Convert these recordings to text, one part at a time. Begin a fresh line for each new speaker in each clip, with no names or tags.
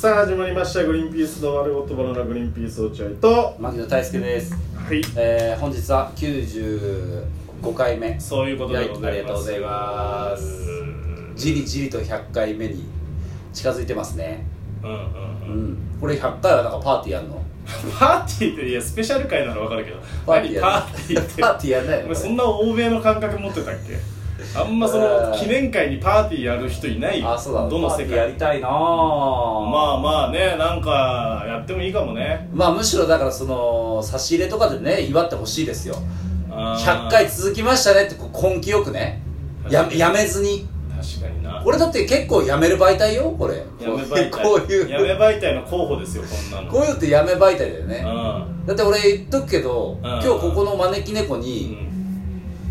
さあ始まりました「グリーンピースの丸ごとバナナグリーンピース落合」と
牧野大輔です、
はい
えー、本日は95回目
そういうことでございます、
はいありがとうございますじりじりと100回目に近づいてますね
うんうんう
う
ん
んこれ100回はなんかパーティーやんの
パーティーっていやスペシャル会ならわかるけど
パーティーやん
何パーティーって
パーティーやんない
お
の
前そ
こ
んな欧米の感覚持ってたっけあんまその
えー
記念会にパーティーやる人いない
れ
よ
あそうだ
どの世
パーティーや
界
りたいな
ま
ま
あまあねなんかやってもいいかもね
まあむしろだからその差し入れとかでね祝ってほしいですよ
あー
100回続きましたねってこう根気よくねややめずに
確かにな
俺だって結構やめる媒体よこれ
やめ媒体
こういう
やめ媒体の候補ですよこんなの
こういうのってやめ媒体だよね
うん
だって俺言っとくけど、
ん
今日ここの招き猫
う
に
ん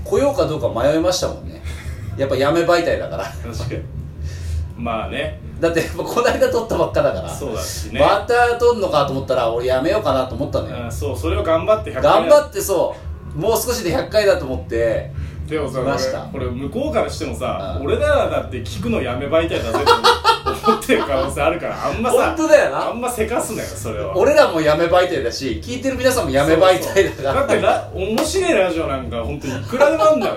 来ようかどうか迷いましたもんねやっぱやめ媒体だから
確かにまあね
だってやっぱこないだ撮ったばっかだから
そうだしね
また撮んのかと思ったら俺やめようかなと思ったのよ
うんそうそれを頑張って100回
頑張ってそうもう少しで100回だと思って
でもさ
来ました
これ向こうからしてもさ
うん
俺ならだって聞くのやめ媒体だぜって思ってる可能性あるからあんまさ
本当だよ
あ
なん
ませかすなよそれは
俺らもやめ媒体だし聞いてる皆さんもやめ媒体だから
そうそうだってラ面白いラジオなんか本当にいくらでもあんだか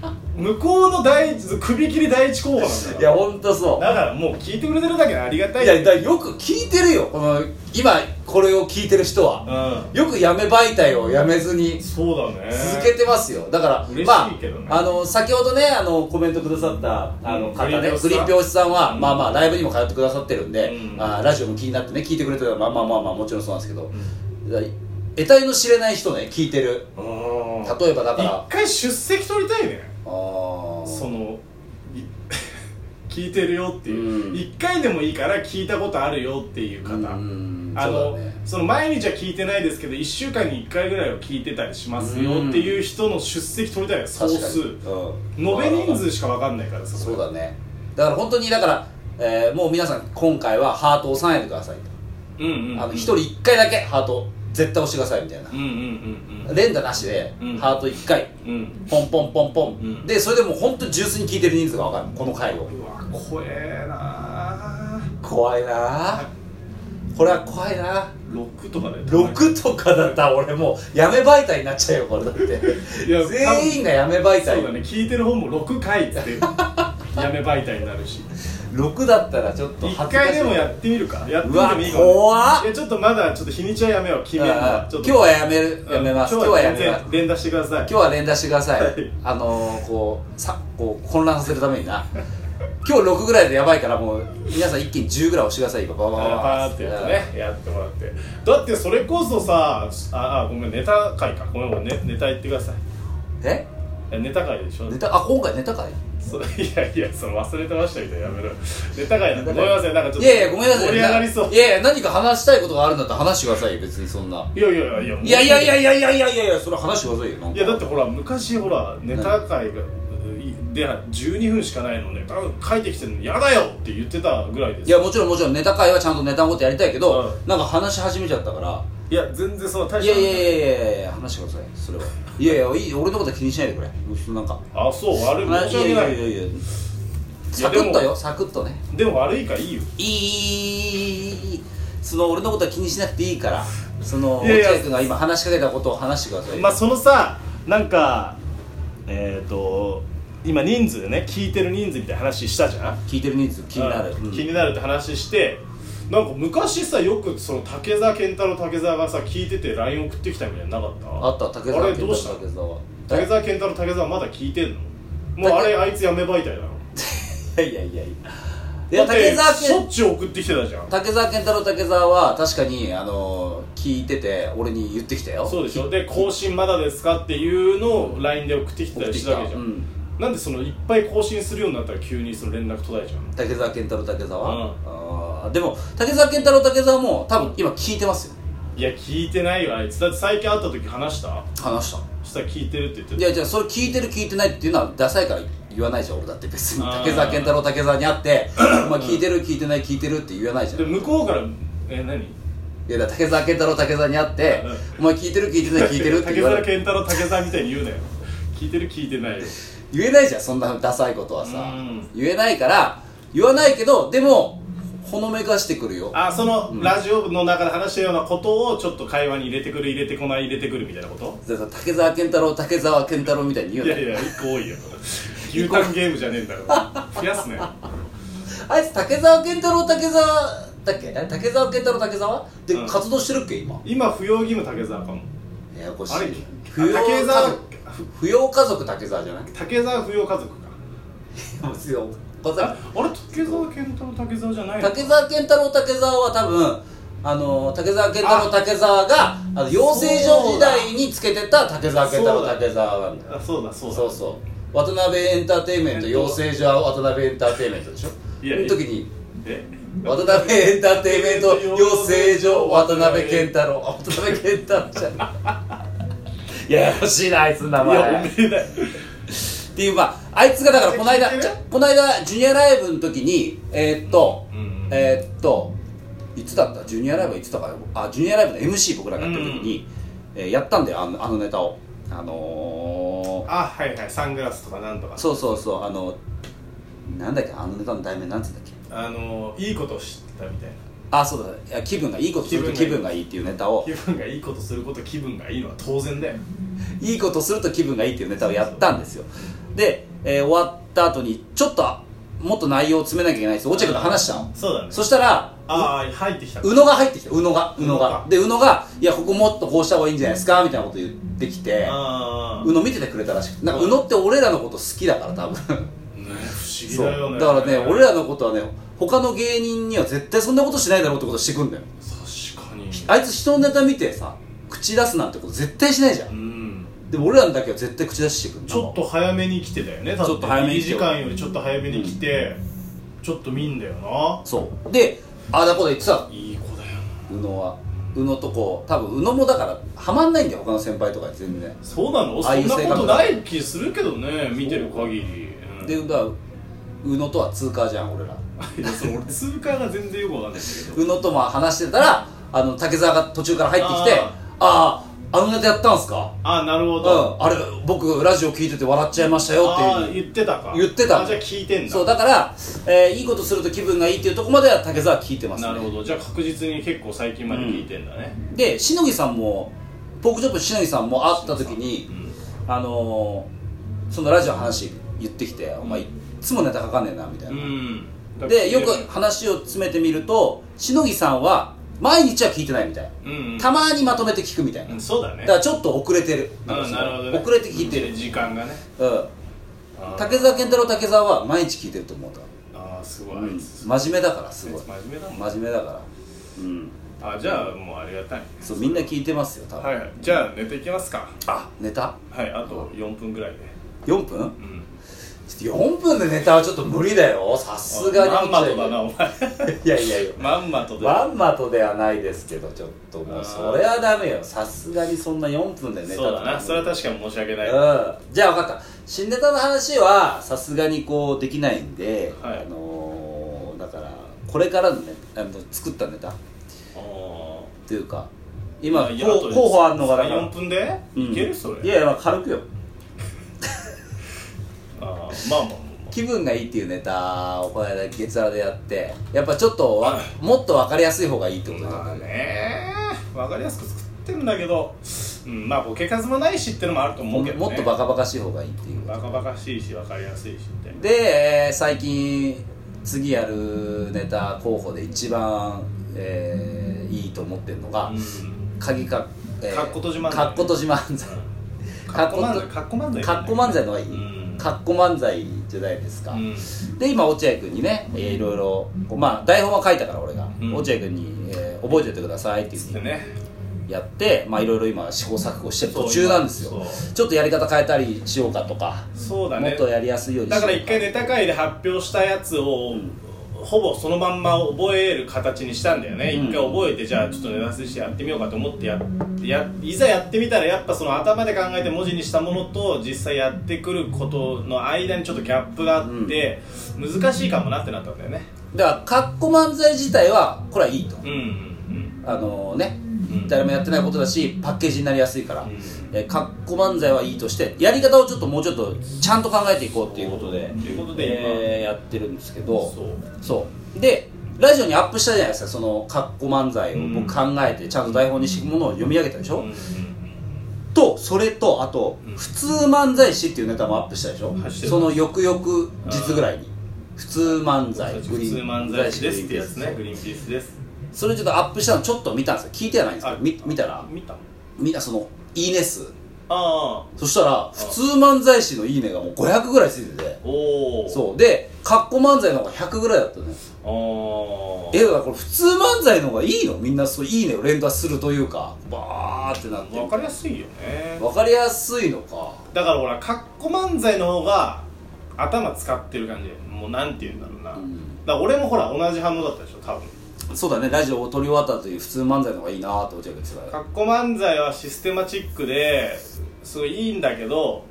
ら向こうの第一首切り第一候補なんだから
いや本当そう
だからもう聞いてくれてるだけでありがたい
いやだからよく聞いてるよこの今これを聞いてる人は
う
よくやめ媒体をやめずに
んそうだね
続けてますよだから
嬉しいけどね
まあ、あの先ほどねあのコメントくださったあの
うん
方ね
グリーンピースさん
グリーンピースさんは、
うん
まあまあライブにも通ってくださってるんで、
うん
あーラジオも気になってね聞いてくれてるまあまあまあまあもちろんそうなんですけど、だから得体の知れない人ね聞いてる
うん
例えばだから
一回出席取りたいね
あー
そのい 聞いてるよっていううん一、回でもいいから聞いたことあるよっていう方、
うん
あ
そう
の
だね
その毎日は聞いてないですけど1週間に1回ぐらいは聞いてたりしますよっていう人の出席取りたいよ総
確か
数
に、
延
うん
べ人数しか分かんないからさ
そうだねだから本当にだから、えーもう皆さん今回はハートを押さないでくださいと
うんうんうん
あの一人一回だけハート絶対押してくださいみたいな
うんうん
連打なしで、
うん
ハート1回
うんうんうん
ポンポンポンポ
う
ン、
ん
でそれでもう本当に純粋に聞いてる人数が分かるこの回を
うわ怖えな
怖いなあこれは怖いなあ
6とかだよ
6とかだったら俺もうやめ媒体になっちゃうよこれだって
いや
全員がやめ媒
そ
体
うだね聞いてる方も6回ってやめ媒体になるし
6だったらちょっと
一
恥ずかしい
回でもやってみるかやってみてもいいかもね
うわ怖っ
いやちょっとまだちょっと日にちはやめよう決めるの
あ
は
あ
ちょ
今
っ
日
と
はやめる
うん
やめます今日はやめます
全然連打してください
今日は連打してください、
はい
あのー、こうさこう混乱させるためにな今日6ぐらいでやばいからもう皆さん一気に10ぐらい押してください今ババババ
パーってやってねやってもらってだってそれこそさああごめんネタ会かごめんごめんねネタ言ってください
え
えネタ会でしょ
ネタあ今回ネタかい
そいやいやその忘れてましたみたいなやめろネタ会だご
ネタ会
めんなさいなんかちょっと
いやいやごめんなさい
盛り上がりそう
いやいや何か話したいことがあるんだったら話してくださいよ別にそんない
やいやいや
いやいやい
や
やいやいやいやいやいやそれ話してくださいよなん
い
か
やだってほら昔ほらネタ会がいで12分しかないのね書いてきてるの嫌だよって言ってたぐらいです
いやもちろんもちろんネタ会はちゃんとネタのことやりたいけど、
う
なんか話し始めちゃったから
いや全然その大
い
した
やいやいやいやいや話してくださいそれはいやいやいい俺のことは気にしないでくれなんか
あそう悪い
いや
申
い
し訳
や
ない
や
い
いや
い
サ
や
ク
でも
ッとよサクッとね
でも悪いからいいよ
いいその俺のことは気にしなくていいからその
いやいや
落合君が今話しかけたことを話してくださいよ
まあそのさなんかえっ、と今人数ね聞いてる人数みたいな話したじゃん
聞いてる人数気になる
うん
うん
気になるって話してなんか昔さよくその竹澤健太郎竹澤がさ聞いてて LINE 送ってきたみたいなのなかった
あった竹
あ
澤
れどうした
竹澤
竹澤健太郎竹澤まだ聞いてんのもうあれあいつやめ媒体だろ
いやいやいやいやいや
だって
竹澤
しょ
健
っちゅう送ってきてたじゃん
竹澤健太郎竹澤は確かにあの聞いてて俺に言ってきたよ
そうでしょで更新まだですかっていうのを LINE で送ってきてた
送っ
り
て
し
き
た
た
わけじゃん、
うん
なんでそのいっぱい更新するようになったら急にその連絡途絶えちゃうの
竹澤健太郎竹澤
うん
あーでも竹澤健太郎竹澤も多分今聞いてますよ
いや聞いてないよあいつだって最近会った時話した
話した
したら聞いてるって言って
いやじゃあそれ聞いてる聞いてないっていうのはダサいから言わないじゃん俺だって別に
あー
竹澤健太郎竹澤に会 って「まあ聞いてる聞いてない聞いてる」って言わないじゃん
で向こうから「え何?
いやだから竹澤健太郎竹澤に会って「お前聞いてる聞いてない聞いてる」」って
竹
言わ
澤
れ
健太郎竹澤みたいに言うなよ聞いてる聞いてないよ
言えないじゃんそんなダサいことはさ
うん
言えないから言わないけどでもほのめかしてくるよ
あそのラジオの中で話したようなことをちょっと会話に入れてくる入れてこない入れてくるみたいなこと
だから竹澤健太郎竹澤健太郎みたいに言う
い
な
やいや一個多いよ牛タンゲームじゃねえんだから増やすね
あいつ竹澤健太郎竹澤だっけえ竹澤健太郎竹澤で、
うん
活動してるっけ今
今扶養義務竹沢かも
ややこしい
あれ
扶養
竹
家
沢
族扶養家族竹澤じゃない
竹沢扶養家族か
扶養家
あ
族
あれ竹沢健太郎竹沢じゃないの
竹澤健太郎竹澤は多分あの竹澤健太郎
あ
竹澤があの養成所時代につけてた竹澤健太
そう
郎
だ
竹澤なんだよ
あそうだそうだ
そうそう渡辺エンターテインメント養成所は渡辺エンターテインメントでしょ
いや
その時に
え
渡辺エンターテインメント養成所渡辺健太 郎あ渡辺健太郎じゃないややこしいなあいつの名
いやお
前
め
っ
えだよ
ていうまああいつがだからこの
聞い
間
てる
じゃこの間ジュニアライブの時にえーっと、
うん
えーっといつだったジュニアライブはいつだかあジュニアライブの MC 僕らがやってる時に、えーやったんだよあのあのネタをあの
あはいはいサングラスとかなんとか
ー、そうそうそうあのなんだっけあのネタの題名なんつうんだっけ
あのいいこと知ったみたいな
あそうだいや気分がいいことすると気
気
分
分
がいいっていうネタを
気分がいいことすること気分がいいのは当然だよ
いいことすると気分がいいっていうネタをやったんですよで、えー終わった後にちょっともっと内容を詰めなきゃいけないんですよ落合君と話したの
そうだね
そしたら
ああ入ってきた
宇野が入ってきた宇野が宇野
宇野
が
か
で宇野が「いやここもっとこうした方がいいんじゃないですか」みたいなこと言ってきて
ああ
宇野見ててくれたらしくてなんか宇野って俺らのこと好きだから 多分
ね不思議
そ
だよ
う
ね
だからね俺らのことはね他の芸人には絶対そんなことしないだろうってことしてくんだよ
確かに
あいつ人のネタ見てさ口出すなんてこと絶対しないじゃ
うんん
でも俺らのだけは絶対口出してくんの
ちょっと早めに来てだよねだて
ちょっと早めに
入り
来て
時間よりちょっと早めに来て、ちょっと見んだよな
そうでああだこうだ言ってた
いい子だよな
宇野は宇野とこう多分宇野もだからハマんないんだよ他の先輩とかに全然
そうなの
あ
そ
あい
ん
う
な
性格
ことない気するけどね見てる限りうん
でだから宇野とは通過じゃん俺ら
いやそう俺通過が全然よくわかんないんだけど
宇野とまあ話してたらあの竹澤が途中から入ってきて
あ
「あああのネタやったんすか?」
あなるほ
う
ど、
ん、あれ僕ラジオ聞いてて笑っちゃいましたよって
ああ
いう
言ってたか
言ってた
あじゃあ聞いてんだ
そうだから、えーいいことすると気分がいいっていうとこまでは竹澤は聞いてます、ね、
なるほどじゃあ確実に結構最近まで聞いてんだね、
でしのぎさんもポークチョップしのぎさんも会った時にあのーそのラジオの話言ってきて「お前いっつもネタ書かねえな」みたい
うん
な、、
うん
でよく話を詰めてみるとしのぎさんは毎日は聞いてないみたい、
うんうん
たまにまとめて聞くみたいな、
うんそうだね
だからちょっと遅れてる
うん
なんかその
なるほどね
遅れて聞いてる、
時間がね
うん、
あー
竹澤健太郎竹澤は毎日聞いてると思うと、
あーすごい、
う
あい
ん、
つ
真面目だからすごい
あいつ真面目だもん
真面目だからうん
あじゃあもうありがたい
そうみんな聞いてますよ多分、
はいはいじゃあ寝ていきますか
あネタ
はいあと4分ぐらいで
4分
うん
ちょっと4分でネタはちょっと無理だよさすがに
まんまとだなお前
いやいやいや
まんまとだ
まんまとではないですけどちょっともうそれはダメよさすがにそんな4分でネタ
そうだなそれは
だ
確かに申し訳ない、
うんじゃあ分かった新ネタの話はさすがにこうできないんで、
はい
あのーだからこれからのねあの作ったネタ
お
というか
ー
今
まあいや
候
と
候補あんのがだから
3 4分で、
うん
いけるそれ
いやいやまあ軽くよ
あーまあまあまあま
気分がいいっていうネタをこの間月ラでやってやっぱちょっとわもっと分かりやすい方がいいってこと
あ
だ
まあ
ね
ねわかりやすく作ってるんだけど、うん、まあボケ数もないしってのもあると思
も
うけど、ね、
もっとバカバカしい方がいいっていう
バカバカしいしわかりやすいしみたいな
で、えー最近次やるネタ候補で一番、えーいいと思ってるのが、
うん
鍵か、えー
かっことじ漫才
かっことじ漫才
かっこ漫才かっこ漫才
かっこ漫才の方がいい、
うん
かっこ漫才じゃないですか、
うん
で今落合君にね、えーいろいろこうまあ台本は書いたから俺が、
うん
落合君に、えー覚えておいてくださいっていうふう
で
に
ね
やってまあいろいろ今試行錯誤してる
そう
途中なんですよ
今そ
ちょっとやり方変えたりしようかとか
そうだ
もっ
ね
とやりやすいようにしよ
だ
うか
から一回ネタ会で発表したやつを、ほぼそのまんま覚える形にしたんだよね、
うん
一回覚えてじゃあちょっとネタすりしてやってみようかと思ってややいざやってみたらやっぱその頭で考えて文字にしたものと実際やってくることの間にちょっとギャップがあって、難しいかもなってなったんだよね
だからカッコ漫才自体はこれはいいと
うんうん
あのね
うん
誰もやってないことだしパッケージになりやすいから、
うん
えーカッコ漫才はいいとしてやり方をちょっともうちょっとちゃんと考えていこうっていうことで
ということで今
えーやってるんですけど
そう
そうでラジオにアップしたじゃないですかそのカッコ漫才を
うん
僕考えてちゃんと台本にしてものを読み上げたでしょ、
うんうん
とそれとあと、
うん
普通漫才師っていうネタもアップしたでしょ、
はいしてる
その翌々日ぐらいに普通漫才
普通漫才師ですってやつねグリーンピースです
それちょっとアップしたのちょっと見たんですよ聞いてはないんですけど見見たら
見たあ
みんなそのいいね数
あ
そしたら普通漫才師のいいねがもう500ぐらいついてて
おお
そうでカッコ漫才の方が100ぐらいだったね
あ
えだからこれ普通漫才の方がいいのみんなそういいねを連打するというかバーってなっ
あ
て
分かりやすいよね
わかりやすいのか
だからほらカッコ漫才の方が頭使ってる感じもうなんて言うんだろうな、
ん
だから俺もほら同じ反応だったでしょ多分
そうだねラジオを撮り終わったという普通漫才の方がいいなーって落合君言ってたか
カッコ漫才はシステマチックですごいいいんだけど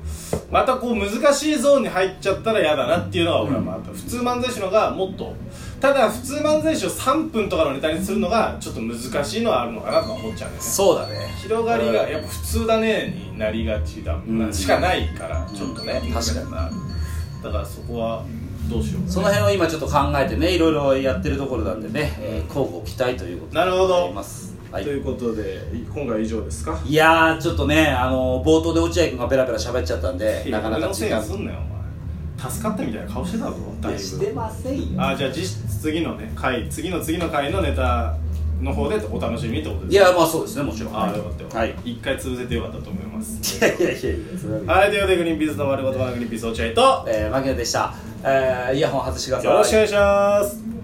またこう難しいゾーンに入っちゃったら嫌だなっていうのが俺はまああった、普通漫才師のがもっとただ普通漫才師を3分とかのネタにするのがちょっと難しいのはあるのかなとは思っちゃうんだよ
ら
ね
そうだね
広がり
う
が
ん
やっぱ普通だねになりがちだ、
ん
しかないからちょっとね、
うん確かに
なだからそこはどうしようかね
その辺を今ちょっと考えてねいろいろやってるところなんでね、えー、交互期待ということで
なるほど
ございます、はい
ということでい今回は以上ですか
いやーちょっとね、あのー冒頭で落合君がペラペラ喋っちゃったんで
いや
なかな
俺
か
のせ
時
いに
間
すんなよお前助かったみたいな顔してたぞだいぶ
ません
あじゃあ実次のね回次の次の回のネタの方でお楽しみってことです
いやまあそうですねもちろん
ああよかったよ
はいい
一回潰せてよかったと思います
やいやいやいやそれは
はいということでグリーンピースの丸ごとはグリーンピース落合と
えー、マキノでした、えー、イヤホン外してください
よろしくお願いします